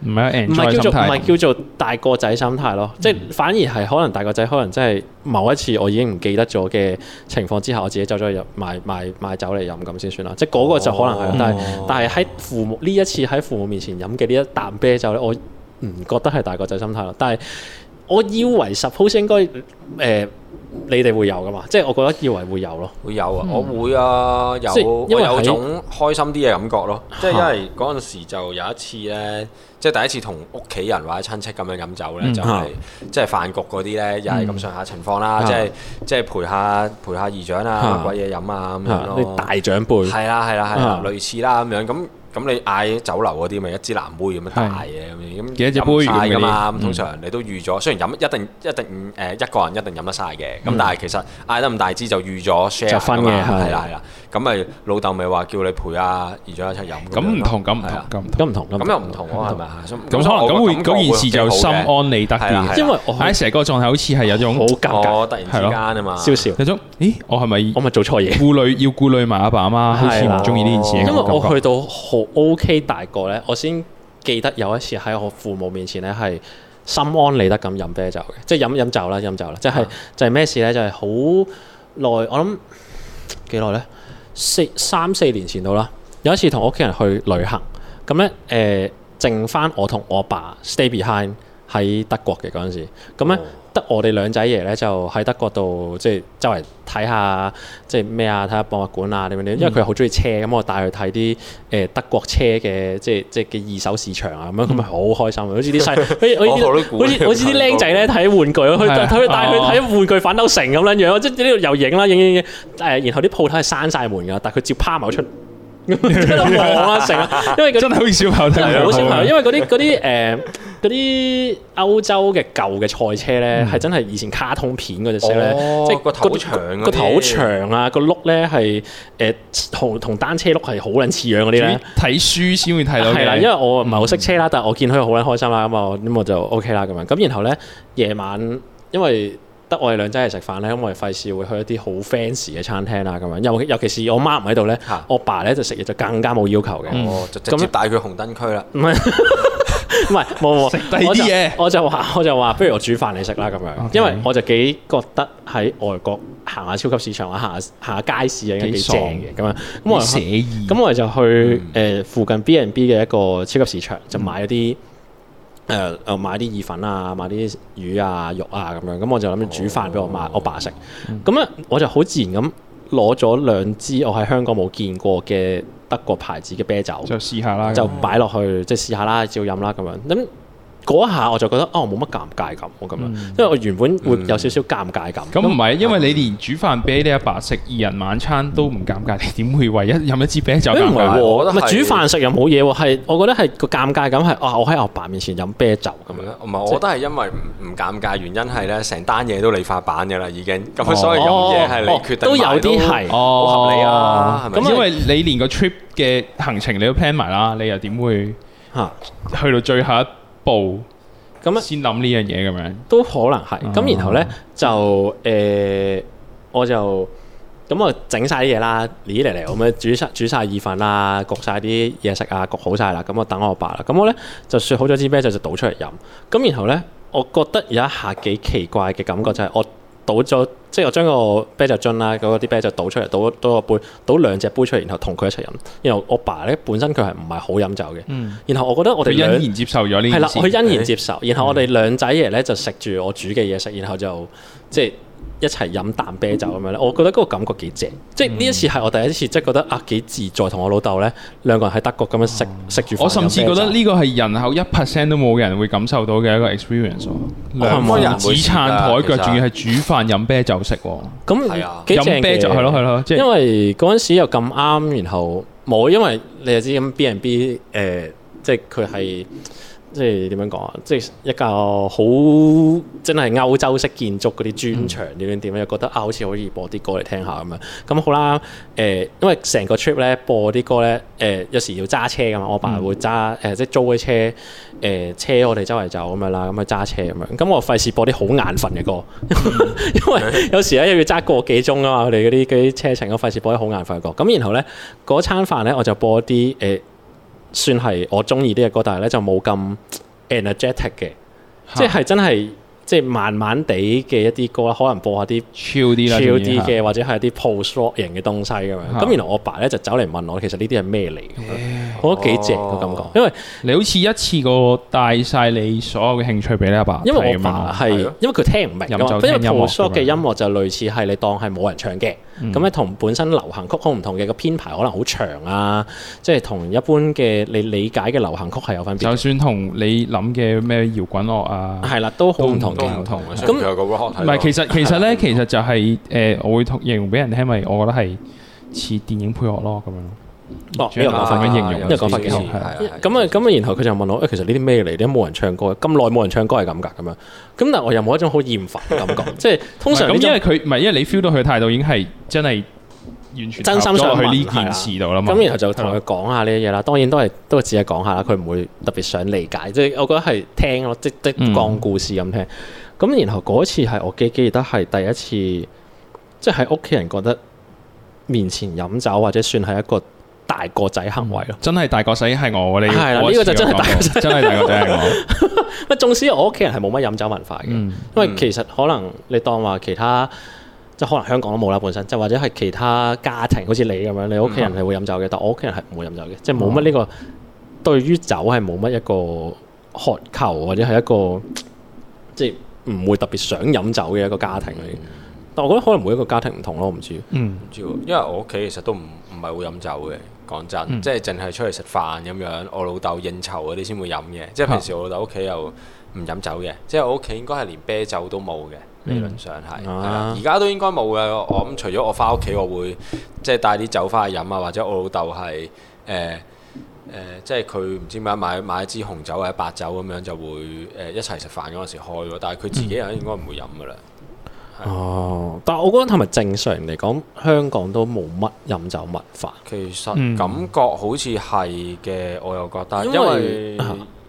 唔係唔 enjoy 係叫心做唔係態。叫做大個仔心態咯，嗯即係反而係可能大個仔可能真係某一次我已經唔記得咗嘅情況之下，我自己走咗去飲買買買酒嚟飲咁先算啦。即係嗰個就可能係，哦但係但係喺父母呢一次喺父母面前飲嘅呢一啖啤酒咧，我唔覺得係大個仔心態咯。但係我以為 suppose 應該誒、呃你哋會有噶嘛，即係我覺得以為會有咯。會有啊，我會啊，嗯即有係我因為喺啊有種開心啲嘅感覺咯，即係因為嗰陣時就有一次咧，即係第一次同屋企人或者親戚咁樣飲酒咧，嗯就啊係即係飯局嗰啲咧，又係咁上下情況啦，嗯即係即係陪下陪下姨丈啊，啊乜鬼嘢飲啊咁樣啊你咯，大長輩係啦係啦係啦啊，類似啦咁樣咁。咁你嗌酒樓嗰啲咪一支藍杯咁樣大嘅咁樣，咁幾多隻杯飲晒㗎嘛？咁嗰啲咁嗯通常你都預咗，雖然飲一定一定誒一個人一定飲得晒嘅，嗯咁但係其實嗌得咁大支就預咗 share 就分㗎嘛嘅係係啦係啦。咁咪老豆咪話叫你陪阿姨丈一齊飲樣咯，咁唔同，咁唔係啊同，咁咁唔同。唔同咁又唔同喎，係咪啊？咁可能咁會嗰件事就心安理得係啦係啦啲。因為我好喺成個狀態好似係有種啊好尷尬，我突然之間啊嘛，少少有種，咦，我係咪我咪做錯嘢。顧慮要顧慮埋阿爸阿媽，好似啊係啦唔中意呢件事嘅因感為覺？我去到好 OK 大個咧，我先記得有一次喺我父母面前咧係心安理得咁飲啤酒嘅，即係飲飲酒啦，飲酒啦，即係、啊就係咩事咧？就係好耐，我諗幾耐咧？四三四年前到啦，有一次呃同屋企人去旅行，咁咧誒，剩翻我同我爸 stay behind。喺德國嘅嗰陣時，咁咧哦得我哋兩仔爺咧就喺德國度即係周圍睇下即係咩啊，睇下博物館啊點樣點，嗯因為佢好中意車，咁我帶佢睇啲誒德國車嘅即係即係嘅二手市場啊咁樣，咁咪好開心啊，好似啲細好似好似嗯我啲都估好似好似啲僆仔咧睇玩具，佢係啊帶佢帶佢哦睇玩具反斗城咁樣樣，即係呢度又影啦，影影影，誒，然後啲鋪頭係閂晒門㗎，但係佢照趴埋出， 即係望啊成啊，因為嗰啲 真係啊好似小朋友睇係啊唔好到小朋友，因為嗰啲嗰啲誒嗰啲歐洲嘅舊嘅賽車咧，係真係以前卡通片嗰只車咧，哦即係個頭嗰啲長嗰啲個頭好長啊，個轆咧係誒同同單車轆係好撚似樣嗰啲咧。睇書先會睇到嘅。係啦，因為我唔係好識車啦，嗯但係我見佢好撚開心啦，咁我咁我啊就 OK 啦咁樣。咁然後咧夜晚，因為得我哋兩仔嚟食飯咧，咁我哋費事會去一啲好 fans 嘅餐廳啦咁樣。尤尤其是我媽唔喺度咧嚇，我爸咧就食嘢就更加冇要求嘅。嗯哦，就直接帶佢紅燈區啦。唔係唔係冇冇冇，食低啲我就嘢我就話我就話，不如我煮飯你食啦咁樣， OK 因為我就幾覺得喺外國行下超級市場啊，行下行下街市啊，應該幾幾正爽嘅咁樣。咁好我寫意。咁我哋就去誒、呃附近 B and B 嘅一個超級市場，就買咗啲誒誒買啲意粉啊，買啲魚啊、肉啊咁樣。咁我就諗住煮飯俾我媽、我爸食。咁咧我就好自然咁攞咗兩支我喺香港冇見過嘅德國牌子嘅啤酒，就試下啦，就擺落去即係試下啦，照飲啦咁樣。咁嗰一下我就覺得哦冇乜尷尬感喎咁樣，因為我原本會有少少尷尬感。咁唔係，因為你連煮飯俾你阿爸食二人晚餐都唔尷尬，你點會為一 飲一支啤酒誒尷唔係尬？喎，我覺唔得係係煮飯食又冇嘢喎，係我覺得係個尷尬感係啊，我喺我爸面前飲啤酒咁樣。唔係，我覺得係因為唔唔尷尬，原因係咧成單嘢都你發版嘅啦，已經咁，所以有嘢係你哦決定都有買啲係好合理啊係咪哦咁因為你連個 trip 嘅行程你都 plan 埋啦，你又點會嚇，去到最後一步咁啊先諗呢樣嘢咁樣？都可能啊係。咁然後咧就誒，我就咁我整晒啲嘢啦，嚟嚟嚟咁樣煮晒煮曬意粉啦，焗晒啲嘢食啊，焗好晒啦。咁我等我阿爸啦。咁我咧就雪好咗支啤酒就倒出嚟飲。咁然後咧，我覺得有一下幾奇怪嘅感覺就係我。倒咗，即係我將個啤酒樽啦，嗰啲啤酒倒出嚟，倒倒個杯，倒兩隻杯出嚟，然後同佢一齊飲。然後我爸咧本身佢係唔係好飲酒嘅，然後我覺得我嗯佢哋欣兩然接受咗呢係件啦，事。佢欣然接受。然後我哋兩仔爺咧就食住我煮嘅嘢食，然後就即係一齊飲啖啤酒咁樣咧。我覺得嗰個感覺幾正，即係呢一次係我第一次即係覺得啊幾自在，同我老豆咧兩個人喺德國咁樣食食住飯飲啤酒。我甚至覺得呢個係人口一 percent 都冇嘅人會感受到嘅一個 experience 喎。兩冇人人啊會指試撐台腳，㗎其實仲要係煮飯飲啤酒食喎，係啊咁幾正飲啤酒嘅係咯係咯，即係因為嗰陣時又咁啱，然後冇，因為你又知咁 B&B 誒，呃即係佢係即係點樣講啊？即係一個好真係歐洲式建築嗰啲專場點樣點樣，又覺得啊，好似可以播啲歌嚟聽下咁樣。咁好啦，誒、因為成個 trip 咧播啲歌咧，誒、有時要揸車噶嘛，我爸會揸誒、即係租啲車誒、車我哋周圍走咁樣啦，咁去揸車咁樣。咁我費事播啲好眼瞓嘅歌，因為有時咧又要揸個幾鐘啊嘛，佢哋嗰啲嗰啲車程，我費事播啲好眼瞓嘅歌。咁然後咧嗰餐飯咧，我就播啲誒、呃算係我中意啲嘅歌，但係咧就冇咁 energetic 嘅，即係真係即係慢慢地嘅一啲歌啦，可能播下啲。超啲啦，超仲啲要係嘅，或者係一啲 post rock 型嘅東西咁樣。嚇咁原來我爸咧就走嚟問我，其實呢啲係咩嚟咁樣？我覺得幾正個感哦覺，因為你好似一次過帶晒你所有嘅興趣俾你阿爸睇咁因樣咯，為我爸係係咯因為佢聽唔明㗎飲酒嘛，因為聽音樂 post rock 嘅咁音樣嗯樂就類似係你當係冇人唱嘅，咁咧同本身流行曲好唔同嘅，個編排可能好長啊，即係同一般嘅你理解嘅流行曲係有分別 就嘅，算同你諗嘅咩搖滾樂啊，係啦，都好唔同都嘅。唔同嘅，咁咁有個 rock 睇唔落係其實其實咧，其實就係、誒、我會同形容俾人聽，咪我覺得係似電影配樂咯咁樣咯。哦，主呢要個係講法咁樣形容呢個講法幾好係。啊係啊咁啊，咁啊，然後佢就問我：，誒，其實呢啲咩嚟？點解冇人唱歌嘅？咁耐冇人唱歌係咁㗎，咁樣。咁但係我又冇一種好厭煩嘅感 覺，即係通常唔呢係咁，因種為佢唔係因為你 feel 到佢態度已經係真係完全真心想去問啊呢件事度啦嘛。咁然後就同佢講下呢啲嘢啦。當然都係都係只係講下啦，佢唔會特別想理解，即係我覺得係聽咯，即即嗯講故事咁聽。咁然後嗰次係我記記得係第一次，即係喺屋企人覺得面前飲酒或者算係一個大個仔行為咯。真係大個仔係我，你係啦我呢個就試真係過大個講過真係大個仔 係我。乜啊縱使我屋企人係冇乜飲酒文化嘅。嗯，因為其實可能你當話其他，即係可能香港都冇啦本身，即係或者係其他家庭，好似你咁樣，你屋企嗯人係會飲酒嘅，但我屋企人係唔會飲酒嘅，即係冇乜呢個對於酒係冇乜一個渴求或者係一個即係唔會特別想飲酒嘅一個家庭嚟。但我覺得可能每一個家庭唔同咯，我唔知。嗯，唔知喎，因為我屋企其實都唔唔係好飲酒嘅，講真，嗯即係淨係出去食飯咁樣。我老豆應酬嗰啲先會飲嘅，即係平時我老豆屋企又唔飲酒嘅，即係我屋企應該係連啤酒都冇嘅，理論上係。係啦啊而家都應該冇嘅，我諗除咗我翻屋企，我會即係帶啲酒翻去飲啊，或者我老豆係誒。誒、即係佢唔知點解買買一支紅酒或者白酒咁樣就會誒、一齊食飯嗰陣時開咯，但係佢自己人應該唔會飲噶啦。哦，但我覺得係咪正常嚟講，香港都冇乜飲酒文化。其實嗯感覺好似係嘅，我又覺得，因因為為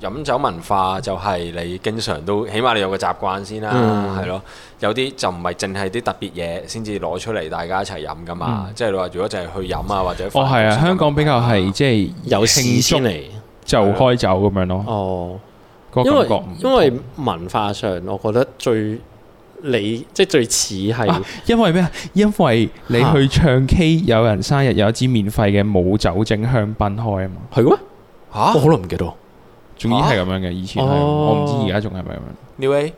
飲酒文化就係你經常都，起碼你有個習慣先啦，嗯係咯。有啲就唔係淨係啲特別嘢先至攞出嚟大家一齊飲噶嘛，即係你話如果淨係去飲啊或者哦係啊，香港比較係係即係有事慶先祝嚟就開酒咁樣咯，哦，個因感為覺唔因為文化上，我覺得最你即係最似係啊因為咩啊？因為你去唱 K，有人生日有一支免費嘅冇酒精香檳開啊嘛，係咩？我哦嚇可能唔記得，總之係咁樣嘅。以前係，我唔知而家仲係咪咁樣。 New A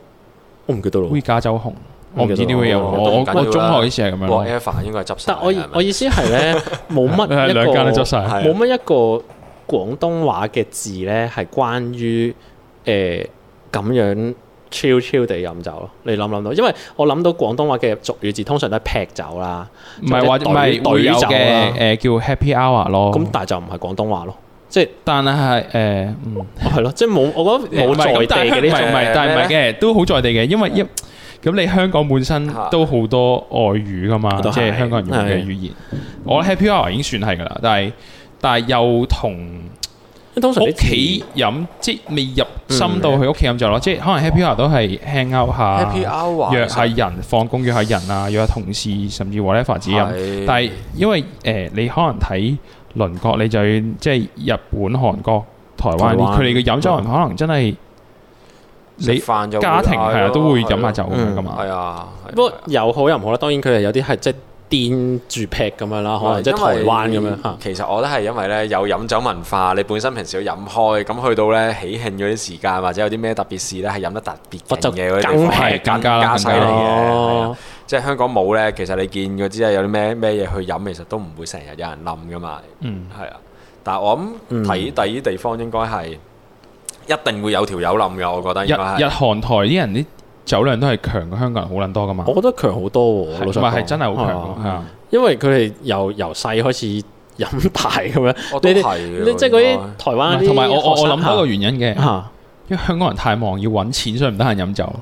我唔記得咯好似。加州紅，我唔知呢位有冇，哦我我都唔緊要啦中學嗰時係咁樣咯。 whatever 應該係執晒但我意係咪我意思係咧，冇乜誒一個 啊兩間都執晒，係冇乜一個廣東話嘅字咧，係關於誒咁樣超超地飲酒咯。你諗唔諗到？因為我諗到廣東話嘅俗語字通常都係劈酒啦，唔係或者唔係會隊有酒嘅啦誒叫 Happy Hour 咯。咁咁但係就唔係廣東話咯，即係但係誒嗯係咯，即係冇我覺得唔冇係咁在但係地嘅呢唔係唔種。係，但係唔係嘅，都好在地嘅，因為一咁你香港本身嚇都好多外語噶嘛，都係即係香港人用嘅係語言。我覺得 Happy Hour 已經算係㗎啦，但係但係又同。因為通常屋啲字企飲，即係未入深到去屋企飲酒咯。即係可能 happy hour 都係 hang out 下 Happy Hour 約下人，放工約下人啊，約下同事，甚至 whatever 自己飲。係但係因為誒、呃你可能睇鄰國，你就要即係日本、韓國、台灣台灣佢哋嘅飲酒文化可能真係你食飯就家庭係啊，都會飲下酒咁樣嗯噶嘛。係啊，係啊不過有好有唔好啦，當然佢係有啲係即係癲住劈咁樣啊哦啦，可能即係台灣咁樣嚇。嗯其實我覺得係因為咧有飲酒文化，你本身平時要飲開，咁去到咧喜慶嗰啲時間或者有啲咩特別事咧，係飲得特別我就勁嘅嗰啲地梗方係係更更加啦加犀利嘅。係啊哦，即係香港冇咧，其實你見嗰啲啊有啲咩咩嘢去飲，其實都唔會成日有人冧噶嘛。嗯，係啊，但係我諗嗯睇第啲地方應該係一定會有條友冧嘅，我覺得日應該日係。韓台啲人啲酒量都係強過香港人好撚多噶嘛。我覺得強好多喎，係老唔實係講係真係好強啊㗎係啊！因為佢哋由由細開始飲大咁樣，我都你哋係嘅你即係嗰應該啲台灣啊啲同埋我我我諗到一個學原因嘅生。嚇因為香港人太忙要揾錢，所以唔得閒飲酒。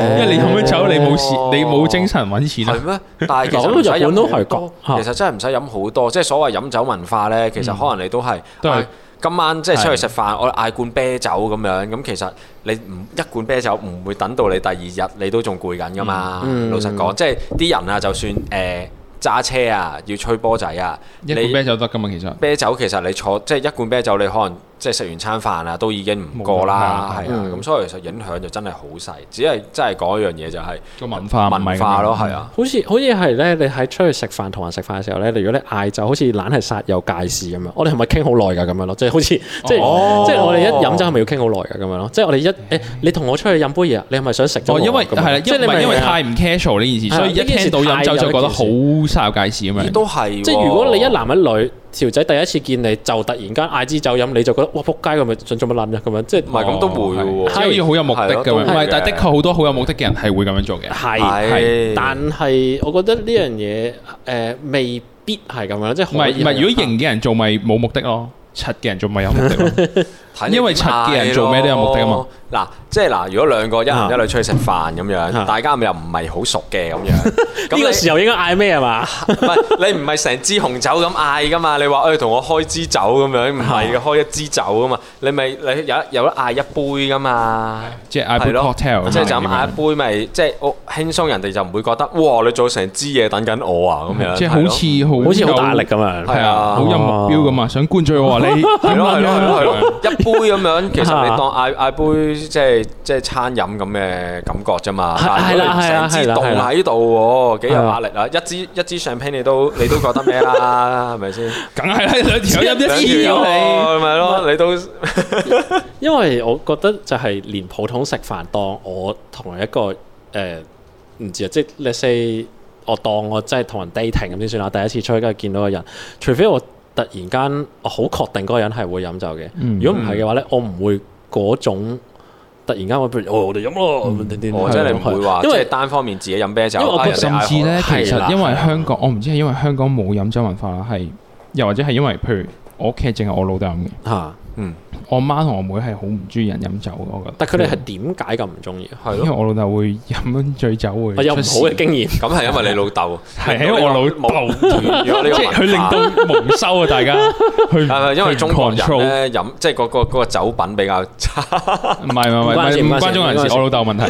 哦為你飲咗酒，你冇事哦，你冇精神揾錢啊係。咩？但係其實嗱唔使咁日本飲都好係多，咁其實真係唔使飲好多。即係所謂飲酒文化咧，其實可能你都係嗯都係唉今晚即係出去係食飯，我嗌罐啤酒咁樣。咁其實你唔一罐啤酒唔會等到你第二日你都仲攰緊噶嘛。嗯老實講，即係啲人啊，就算誒揸車啊，要吹波仔啊，一你罐啤酒得噶嘛，其實。啤酒其實你坐即係一罐啤酒，你可能即係食完餐飯啊，都已經唔過啦，冇係咁啊。嗯咁所以其實影響就真係好細，只係真係講一樣嘢就係個文化唔係咁樣文化咯，係啊。好似好似係咧，你喺出去食飯同人食飯嘅時候咧，你如果你嗌酒，好似懶係煞有介事咁樣。我哋係咪傾好耐㗎咁樣咯？即係好似即係哦即係我哋一飲酒係咪要傾好耐㗎咁樣咯？即係我哋一誒，你同我出去飲杯嘢啊，你係咪想食咗哦，我因為咁樣係啦，即係因你明為唔因為明啊太唔 casual 呢件係事，啊所以一聽到飲酒就覺得好煞有介事咁咦樣。都係喎，啊即係如果你一男一女條仔第一次見你就突然間嗌支酒飲，你就覺得哇仆街咁咪想做乜撚啊咁樣，即係唔係咁都會喎，即哦係要好有目的係咯嘅，都會唔係嘅，但係的確好多好有目的嘅人係會咁樣做嘅。係係係，但係我覺得呢樣嘢誒未必係咁樣，即係唔可係以唔係，如果型嘅人做咪冇目的咯，柒嘅人做咪有目 的咯。睇你因為點柒嘅人嗌做咩都有目的㗎啊咯。嗱，即係嗱，如果兩個一男一女出去食飯咁樣，啊大家咪又唔係好熟嘅咁 樣，咁呢個時候應該嗌咩係啊嘛？你唔係你唔係成支紅酒咁嗌㗎嘛？你話哎誒同我開支酒咁樣，唔係啊嘅，開一支酒㗎嘛？你咪你有有得嗌一杯㗎嘛？即係嗌杯係咯 cocktail，啊即係就咁咁嗌樣一杯咪即係我輕鬆，人哋就唔會覺得哇你做成支嘢等緊我啊咁樣，嗯即係係咯好似好似好有大壓力咁樣。係係啊啊，好有目 標咁啊，想灌醉我啊你。 係咯係咯係咯係咯，一杯咁樣，其實你啊當嗌嗌杯啲即係即係餐飲咁嘅感覺啫嘛。係但係如果你係啦成係支啦係凍啦喺度喎，幾有係啊壓力啊！一支一支上 p 你都你都覺得咩啦？係 咪先？梗係啦，兩條友一一黐黐咗咗你。你咪咯，你都因為我覺得就係連普通食飯檔，我同一個誒唔、知啊，即係 let's say 我當我真係同人 dating 咁先算啦。第一次出去跟住見到個人，除非我突然間我好確定嗰個人係會飲酒嘅，嗯如果唔係嘅話咧，我唔會嗰種突然間我譬如哦我哋飲咯，我真係唔會話，即因為係單方面自己飲啤酒，因為我嗌覺人得哋甚嗌至咧，可樂其係啦實因為香港，我唔知係因為香港冇飲酒文化啦，係又或者係因為譬如我屋企淨係我老豆飲嘅，嚇，我媽同我妹係好唔中意人飲酒嘅，我覺得。但佢哋係點解咁唔中意？啊係因為咯，我老豆會飲醉酒會我啊有唔出好事嘅經驗，咁係因為你老豆， 係因為我老豆，如果呢 個即係佢令文化到蒙羞啊！大 家佢係咪因為中國人 control 咧飲，即係嗰個嗰個酒品比較差？唔係唔係唔唔關事係唔唔關事關中國唔關人事，事我老豆問題。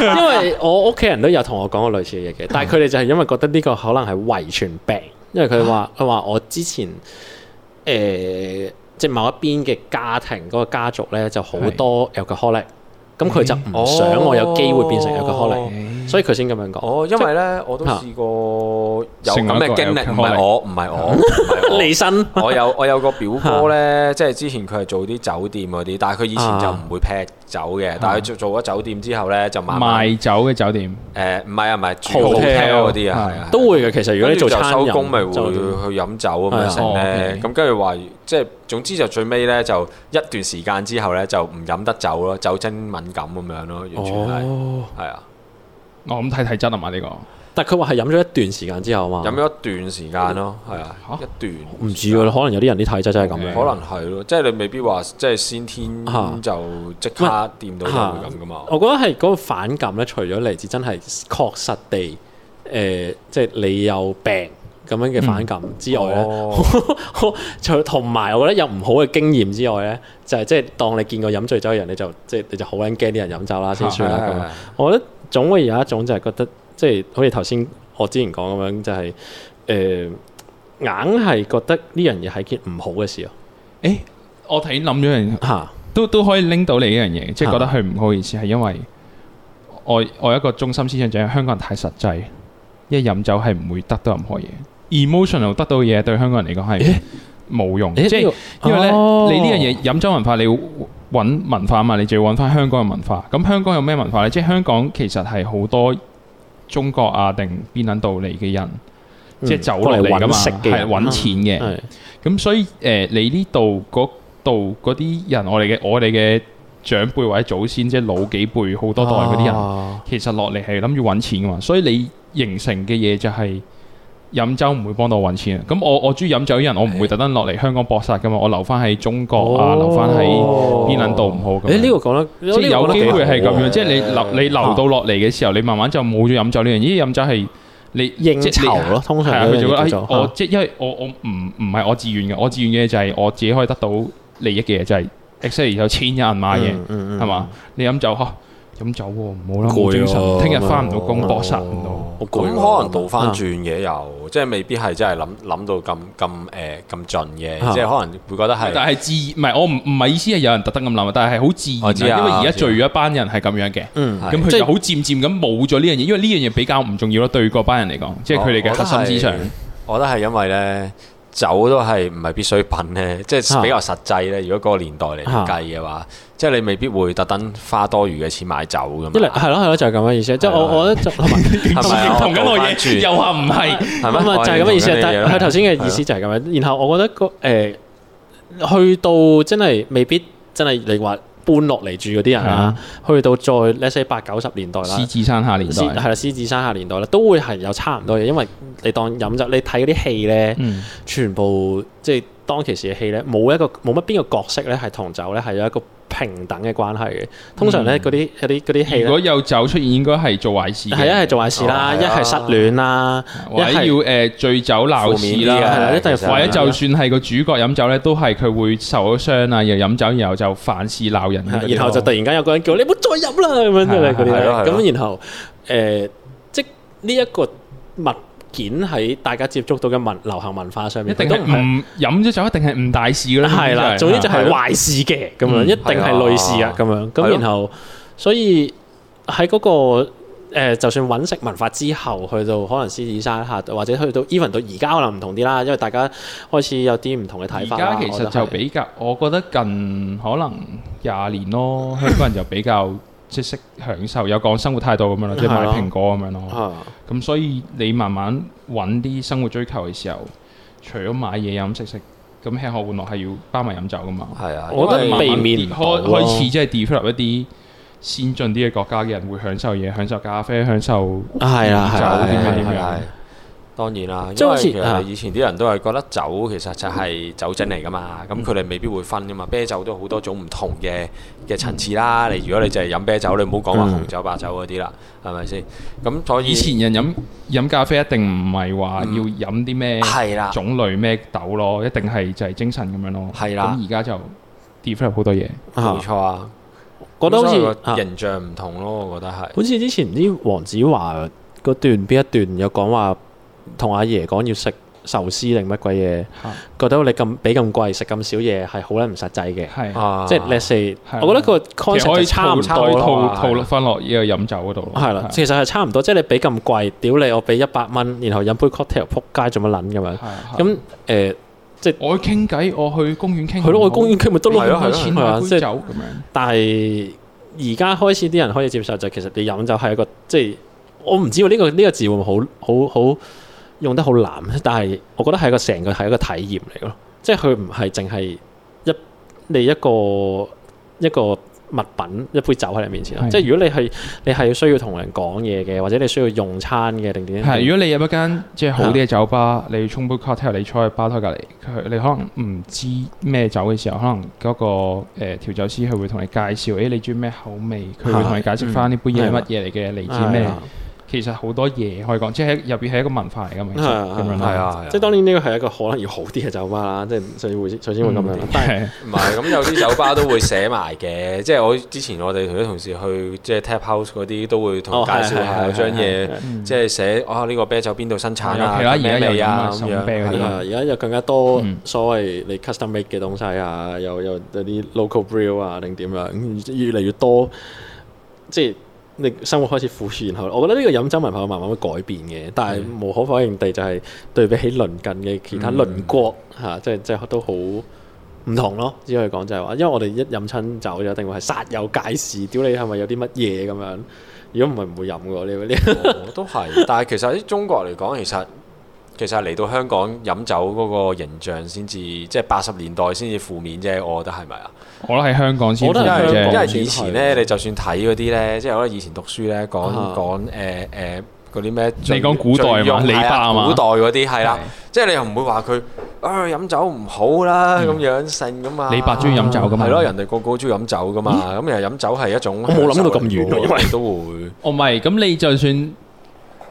因為因為我屋企人都有同我講過類似嘅嘢嘅，但嗯係佢哋就係因為覺得呢個可能係遺傳病，因為佢啊話佢話我之前誒、呃即係某一邊嘅家庭嗰、個家族咧就好多 alcoholic，咁佢就嗯唔想我有機會變成 alcoholic，所以佢先咁樣講。哦哦，因為咧我都嚇試過有成為咁一個嘅經歷，唔係 alcoholic 我，唔係我，唔係我離身我有我有個表哥咧，即係之前佢係做啲酒店嗰啲，但係佢以啊前就唔會劈酒嘅，但係佢做做咗酒店之後咧就慢慢賣酒嘅酒店，誒唔係啊唔係住 Hotel hotel 嗰啲啊，係啊都會嘅，其實如果你做跟餐住就飲收工咪會就去飲酒咁係啊樣成哦咧， ，OK 咁跟住話即係總之就最尾咧就一段時間之後咧就唔飲得酒咯，酒精敏感咁樣咯，完全係哦，係啊，我咁睇體質啊嘛呢個。但係佢話係飲咗一段時間之後嘛，飲咗一段時間咯，係啊嚇，一段啊唔知㗎啦，可能有啲人啲體質真係咁樣。可能係咯，即係你未必話即係先天嚇啊就即刻掂到就會咁噶嘛。我覺得係嗰個反感咧，除咗嚟自真係確實地誒、呃即係你有病咁樣嘅反感之外咧，哦除 同埋我覺得有唔好嘅經驗之外咧，就係即係當你見過飲醉酒嘅人，你就即係你就好撚驚啲人飲酒啦，先算啦啊咁啊樣。我覺得總會有一種就係覺得，即係好似頭先我之前講咁樣，就係、誒、硬係覺得呢樣嘢係件唔好嘅事咯誒，我睇諗咗樣嘢。嚇。都都可以拎到你呢樣啊嘢，即係覺得佢唔好意思，係因為我我有一個中心思想就係香港人太實際，一飲酒係唔會得到任何嘢，emotional 得到嘅嘢對香港人嚟講係冇用，誒即係呢個因為咧、哦你呢樣嘢飲酒文化你要揾文化啊嘛，你就要揾翻香港嘅文化。咁香港有咩文化呢？即係香港其實係好多中國啊定邊撚度嚟嘅人，即係走落嚟噶嗯過嚟嘛，揾食嘅係人嗯揾錢嘅。係咁所以誒、呃你呢度嗰度嗰啲人，我哋嘅我哋嘅長輩或者祖先，即係老幾輩好多代嗰啲人，啊其實落嚟係諗住揾錢噶嘛。所以你形成嘅嘢就係飲酒唔會幫到我揾錢啊。咁我我中意飲酒嘅人，我唔會特登落嚟香港搏殺噶嘛。我留翻喺中國啊，哦留翻喺邊撚度唔好咁樣。誒呢個講得，即係有機會係咁樣，即係你留留你留到落嚟嘅時候，你慢慢就冇咗飲酒呢樣嘢。因為飲酒係你應即係你酬咯通常係啊，呢佢就覺樣嘢得叫做哎我嚇即係因為我我唔唔係我自願嘅，我自願嘅就係我自己可以得到利益嘅嘢，就係 exactly 有錢有人買嘢嗯嗯嗯係嘛？你飲酒嚇飲酒喎，唔好啦，攰冇精神，喎聽日翻唔到哦工，搏殺唔到。好咁攰喎可能倒翻轉嘅又，即係未必係真係諗諗到咁咁誒咁盡啊嘅，即係可能會覺得係但係自唔係我唔唔係意思係有人特登咁諗啊，但係係好自我知然啊啊，因為而家我知聚啊咗一班人係咁樣嘅。嗯係咁佢即係就好漸漸咁冇咗呢樣嘢，因為呢樣嘢比較唔重要咯，對嗰班人嚟講，即係佢哋嘅核心思想哦我。我覺得係因為咧，酒都係唔係必需品咧，即係比較實際咧。如果嗰個年代嚟計嘅話，即係你未必會特登花多餘嘅錢買酒一噶嚟嘛。係咯係咯就係咁嘅意思，即係係我啊我覺得就同埋 係咪啊同緊我倒返嘢，轉又話唔係，係咪唔係就係咁嘅意思啊我，哋但係講緊呢佢嘢頭先嘅意思就係咁樣。然後我覺得個誒去到真係未必真係你話搬落嚟住嗰啲人啦，去到再 let's say 八九十年代啦獅。子山下年獅代。係啦，獅子山下年代啦，都會係有差唔多嘅，因為你當飲酒，你睇嗰啲戲咧，嗯，全部即係當其時嘅戲咧，冇一個冇乜邊個角色咧係同酒咧係有一個平等嘅關係嘅。通常咧嗰啲嗰啲嗰啲戲如咧果，有酒出現，應該係做壞事嘅。係一係做壞事啦，哦一係啊係失戀啦，或者一係要誒醉酒鬧事負面啲係啊啦，啦，一定係其負實或者面啦就算係個主角飲酒咧，都係佢會受咗傷啊，又飲酒，然後就犯事鬧人嗰啲咯。然後就突然間有個人叫你唔好再飲啦咁樣係嗰啲係咯係咧，咯咁然後誒，即係呢一個物件喺大家接觸到嘅文流行文化上一面，定佢係都唔係唔飲咗酒，一定係唔大事㗎啦。嗯係啦，總之就係係壞事嘅咁樣，嗯一定係類似啊咁樣。係咁咯然後所以喺嗰個誒，就算揾食文化之後，去到可能獅子山下，或者去到 even 到而家可能唔同啲啦，因為大家開始有啲唔同嘅睇法而啦家其我實覺得就係比較，我覺得近可能廿年咯，香港人就比較即係識享受，有講生活態度咁樣咯，即係買係咯蘋果咁樣咯。啊咁所以你慢慢揾啲生活追求嘅時候，除咗買嘢飲食食，咁吃喝玩樂係要包埋飲酒噶嘛。係啊，我覺得因為嗯避免唔開到咯開始即係 develop 一啲先進啲嘅國家嘅人會享受嘢，享受咖啡，享受係啦係就啦啲咩啊係點啦樣啊係當然啦，即係因為好似其實啊嗯以前啲人都係覺得酒其實就係酒精嚟噶嘛，咁佢哋未必會分噶嘛。啤酒都好多種唔同嘅嘅層次啦。你如果你就係飲啤酒，你唔好講話嗯紅酒、白酒嗰啲啦，係咪先？咁所以以前人飲飲咖啡一定唔係話要嗯飲啲咩係啦，種類咩豆咯，一定係就係精神咁樣咯。係啦咁而家就 develop 好多嘢。啊冇錯啊。覺得好咁所以似個啊形象唔同咯，我覺得係。好似之前唔知黃子華嗰段邊一段有講話同阿爺講要食壽司定乜鬼嘢啊，覺得你咁俾咁貴食咁少嘢係好撚唔實際嘅，係，啊即係 let's say，係我覺得個其實 concept 可就以差唔套多啦套係套翻落呢個飲酒嗰度咯。係啦，其實係差唔多，即係你俾咁貴，屌你我俾一百蚊，然後飲杯 cocktail 撲街做乜撚咁樣，係。咁咁誒我去傾偈，我去公園傾。係咯，我公園區咪得咯係，咯攞係錢買啊杯即係酒咁樣。但係而家開始啲人開始接受就係其實你飲酒係一個即係我唔知喎呢、個呢、個字會唔會好好好用得好難，但係我覺得係一個成個係一個體驗嚟咯，即係佢唔係淨係一你一個一個。物品一杯酒喺你面前咯，係即係如果你係你係需要同人講嘢嘅，或者你需要用餐嘅，定點點係，點如果你入一間即係好啲嘅酒吧，你沖杯 cocktail，你坐喺吧台隔離，佢你可能唔知咩酒嘅時候，可能嗰個誒調酒師佢會同你介紹，誒你中意咩口味，佢會同你解釋翻呢杯嘢係乜嘢嚟嘅，嚟自啊嗯係咩啊。其實好多嘢可以講，即係入邊係一個文化嚟㗎嘛，其實係啊咁樣係咯啊係。啊，即係當然呢個係一個可能要好啲嘅酒吧啦，即係所以會首先會咁樣啦。嗯但係係唔係，咁有啲酒吧都會寫埋嘅，即係我之前我哋同啲同事去即係 tap house 嗰啲，都會同哦介紹下係係有張係嘢係，嗯即係寫啊呢個啤酒邊度生產啊，尤其啦咩味啊而咁家有飲啊手樣，啤嗰啲係係啊，啊而家有更加多嗯所謂你 custom make 嘅東西啊，又又有啲 local brew 啊，定點樣，咁越嚟越多，即係你生活開始富庶，然後我覺得呢個飲酒文化慢慢會改變嘅，但係無可否認地就係對比起鄰近嘅其他鄰國嚇、即係即係都好。唔同咯，只可以講就係話，因為我哋一飲親酒就一定會係煞有介事，屌你係咪有啲乜嘢咁樣？如果唔係唔會飲嘅喎，呢呢哦都係。 但係其實喺中國嚟講，其實其實嚟到香港飲酒嗰個形象先至，即係八十年代先至負面啫，我覺得係咪啊？ 我覺得喺香港先我覺因得係為香因港為啫，以前咧，你就算睇嗰啲咧，即係我覺得以前讀書咧講啊講誒誒嗰啲咩，你講古代嘛嘛，李白係啊嘛古代嗰啲係啦，即係你又唔會話佢啊飲酒唔好啦咁樣性噶嘛。李白中意飲酒㗎嘛係咯，人哋個個中意飲酒㗎嘛，咁其實飲酒係一種我冇諗到咁遠喎享受嚟㗎因為都會，哦我唔係咁，你就算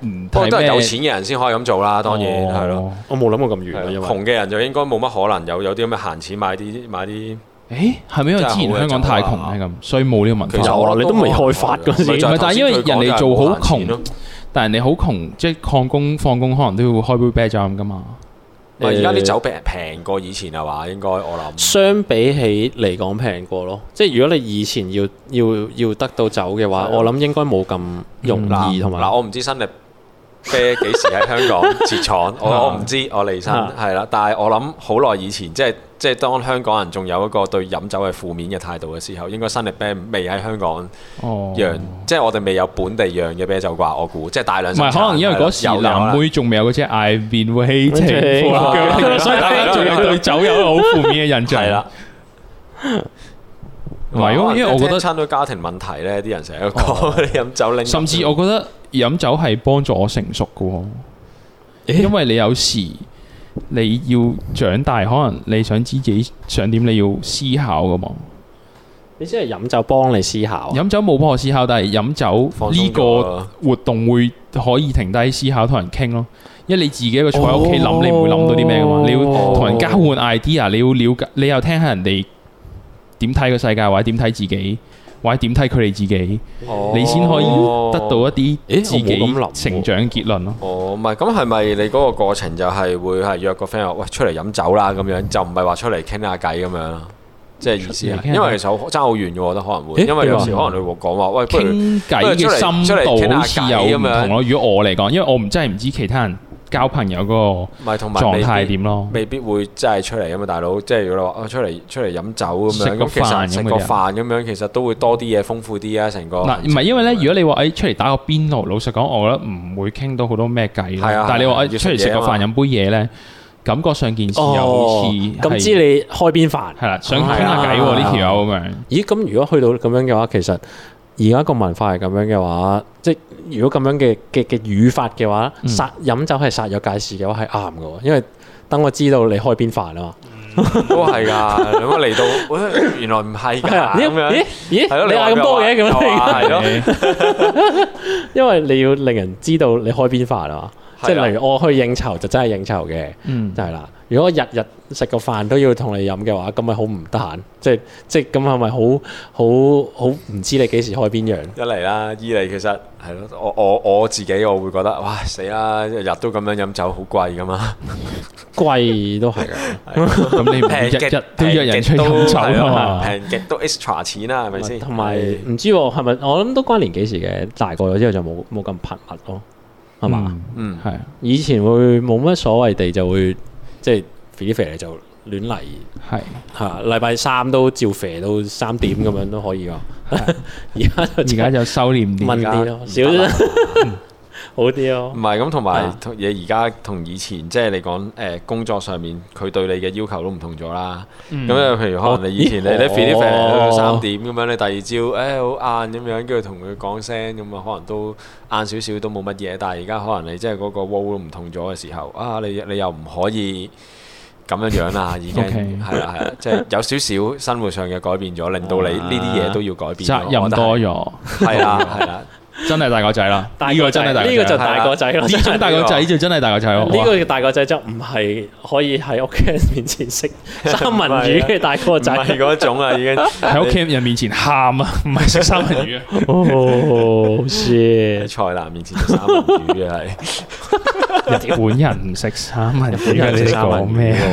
唔不過睇都係咩有錢嘅人先可以咁做啦，當然哦係咯。咯。 我冇諗過咁遠係啊，因為咯窮嘅人就應該冇乜可能有有啲咁嘅閒錢買啲買啲，誒係咪因為之啊前香港太窮咧咁，所以冇呢個文其化？實有啊我覺得你都未開發嗰陣時咪就唔係係頭先但係因為佢講人哋就係做好冇閒錢咯但係你好窮，即係曠工放工可能都要開杯啤酒飲噶嘛。唔係而家啲酒平平過以前係嘛？應該我諗相比起嚟講平過咯，即係如果你以前要要要得到酒嘅話，係啊嗯我諗應該冇咁容易同埋嗱，我唔知新力啤幾時喺香港 設廠，我我唔知，我離身啊係啦。但係我諗好耐以前，即係即係當香港人仲有一個對飲酒係負面嘅態度嘅時候，應該新力啤未喺香港哦，釀，即係我哋未有本地釀嘅啤酒啩，我估即係大量唔生產。係可能因為嗰係啦時有有啦男妹仲未有嗰隻 I've been waiting Waiting for for you， you 所以大家仲有對酒有好負面嘅印象。係啦，。 唔係因為因為我覺得，哦親到家庭問題咧，啲人成日都講你 飲酒令，甚至我覺得飲酒係幫助我成熟嘅喎。因為你有時你要長大，可能你想知自己想點，你要思考噶嘛。你即係飲酒幫你思考啊，飲酒冇幫我思考，但係飲酒放呢鬆咗個啊活動會可以停低思考，同人傾咯。因為你自己一個坐喺屋企諗，哦你唔會諗到啲咩噶嘛。你要同人交換 idea，你要了解，你又聽下人哋點睇個世界或者點睇自己，或者點睇佢哋自己，哦你先可以得到一啲咦自己我冇咁諗喎成長結論咯。哦，唔係，咁係咪你嗰個過程就係會係約個 friend 話喂出嚟飲酒啦咁樣，就唔係話出嚟傾下偈咁樣啦，即係意思出嚟傾係，下偈因為其實好爭好遠嘅，我覺得可能會，咦因為有時你可話能你會講話喂，不如傾偈嘅出深嚟度好傾似下偈有唔咁樣同咯。如果我嚟講，因為我唔真係唔知其他人交朋友嗰唔係同個埋狀未態必點咯。未必會真係出嚟啊嘛，大佬，即係如果你話啊出嚟出嚟飲酒咁食樣，個咁其飯實咁食嘅個啫飯咁樣，其實都會多啲嘢豐富啲啊，成個嗱，唔係因為咧，如果你話哎誒出嚟打個邊爐，老實講，我覺得唔會傾到好多咩計係啊啦。但係你話要誒出嚟食食嘢個啊嘛飯飲杯嘢咧，感覺上件事又好哦似，咁知係你開邊飯？係啦，想傾下偈哦喎呢條友咁樣。咦，咁如果去到咁樣嘅話，其實而家個文化係咁樣嘅話，即係如果咁樣嘅嘅嘅語法嘅話，嗯殺飲酒係殺有界事嘅話係啱嘅喎，因為等我知道你開邊飯啊 嘛。都係㗎。咁我嚟到，喂原來唔係㗎係 啊，咦咁樣咦。咦，係咯，你話嗌咁多嘅咁又話樣，係咯，因為你要令人知道你開邊飯啊嘛。即係係啊例如我去應酬就真係應酬嘅，嗯，就係啦。如果我日日食個飯都要同你飲嘅話，咁咪好唔得閒。即係即係咁係咪好好好唔知你幾時開邊樣？一嚟啦，二嚟其實係咯，我我我自己我會覺得，哇死啦，日日都咁樣飲酒好貴噶 嘛，貴都係 㗎。咁你唔 會平極日日都約人出去飲平酒極都係啊咯嘛？平極都 extra 錢啦，係咪先？同埋唔知喎，係咪我諗都關年紀事嘅，大個咗之後就冇冇咁頻密咯，係嘛？嗯嗯，係啊以前會冇乜所謂地就會即係肥肥嚟就亂嚟係。嚇，禮拜三都照肥到三點咁樣都可以㗎。而家而就家就啊收斂啲。問啲咯，少咗嗯好啲咯唔。係咁，同係埋啊同嘢而家同以前，即係你講誒工作上面，佢對你嘅要求都唔同咗啦。咁咁咧，譬如可能你以前你哦你 fit 啲哦三點咁樣，你第二朝誒好啊晏咁樣，跟住同佢講聲咁啊，可能都晏少少都冇乜嘢。但係而家可能你即係嗰個 wall 都唔同咗嘅時候，啊你你又唔可以咁樣樣啦，已經 OK 係啦係啦，即係有少少生活上嘅改變咗，令到你呢啲嘢都要改變咯。哦責任多咗，我覺得係係啦係啦，真係大個仔啦。大呢個真係大呢個個就仔。大個仔咯，呢真係種大個仔就真係大個仔咯。呢哇個嘅大個仔就唔係可以喺屋企人面前 食三文魚嘅大個唔仔。係嗰種啊啦，已經喺屋企人面前喊啊，唔係食三文魚啊。哦喺 shit！蔡南面前三文魚嘅係。 日本人唔食三文魚啊！你哋講咩啊？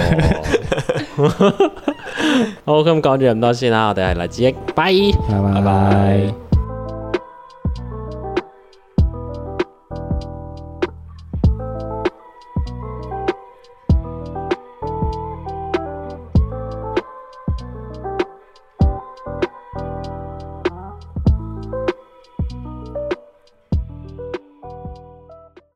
好，咁講住咁多先啦，我哋係黎子益，拜。拜拜拜。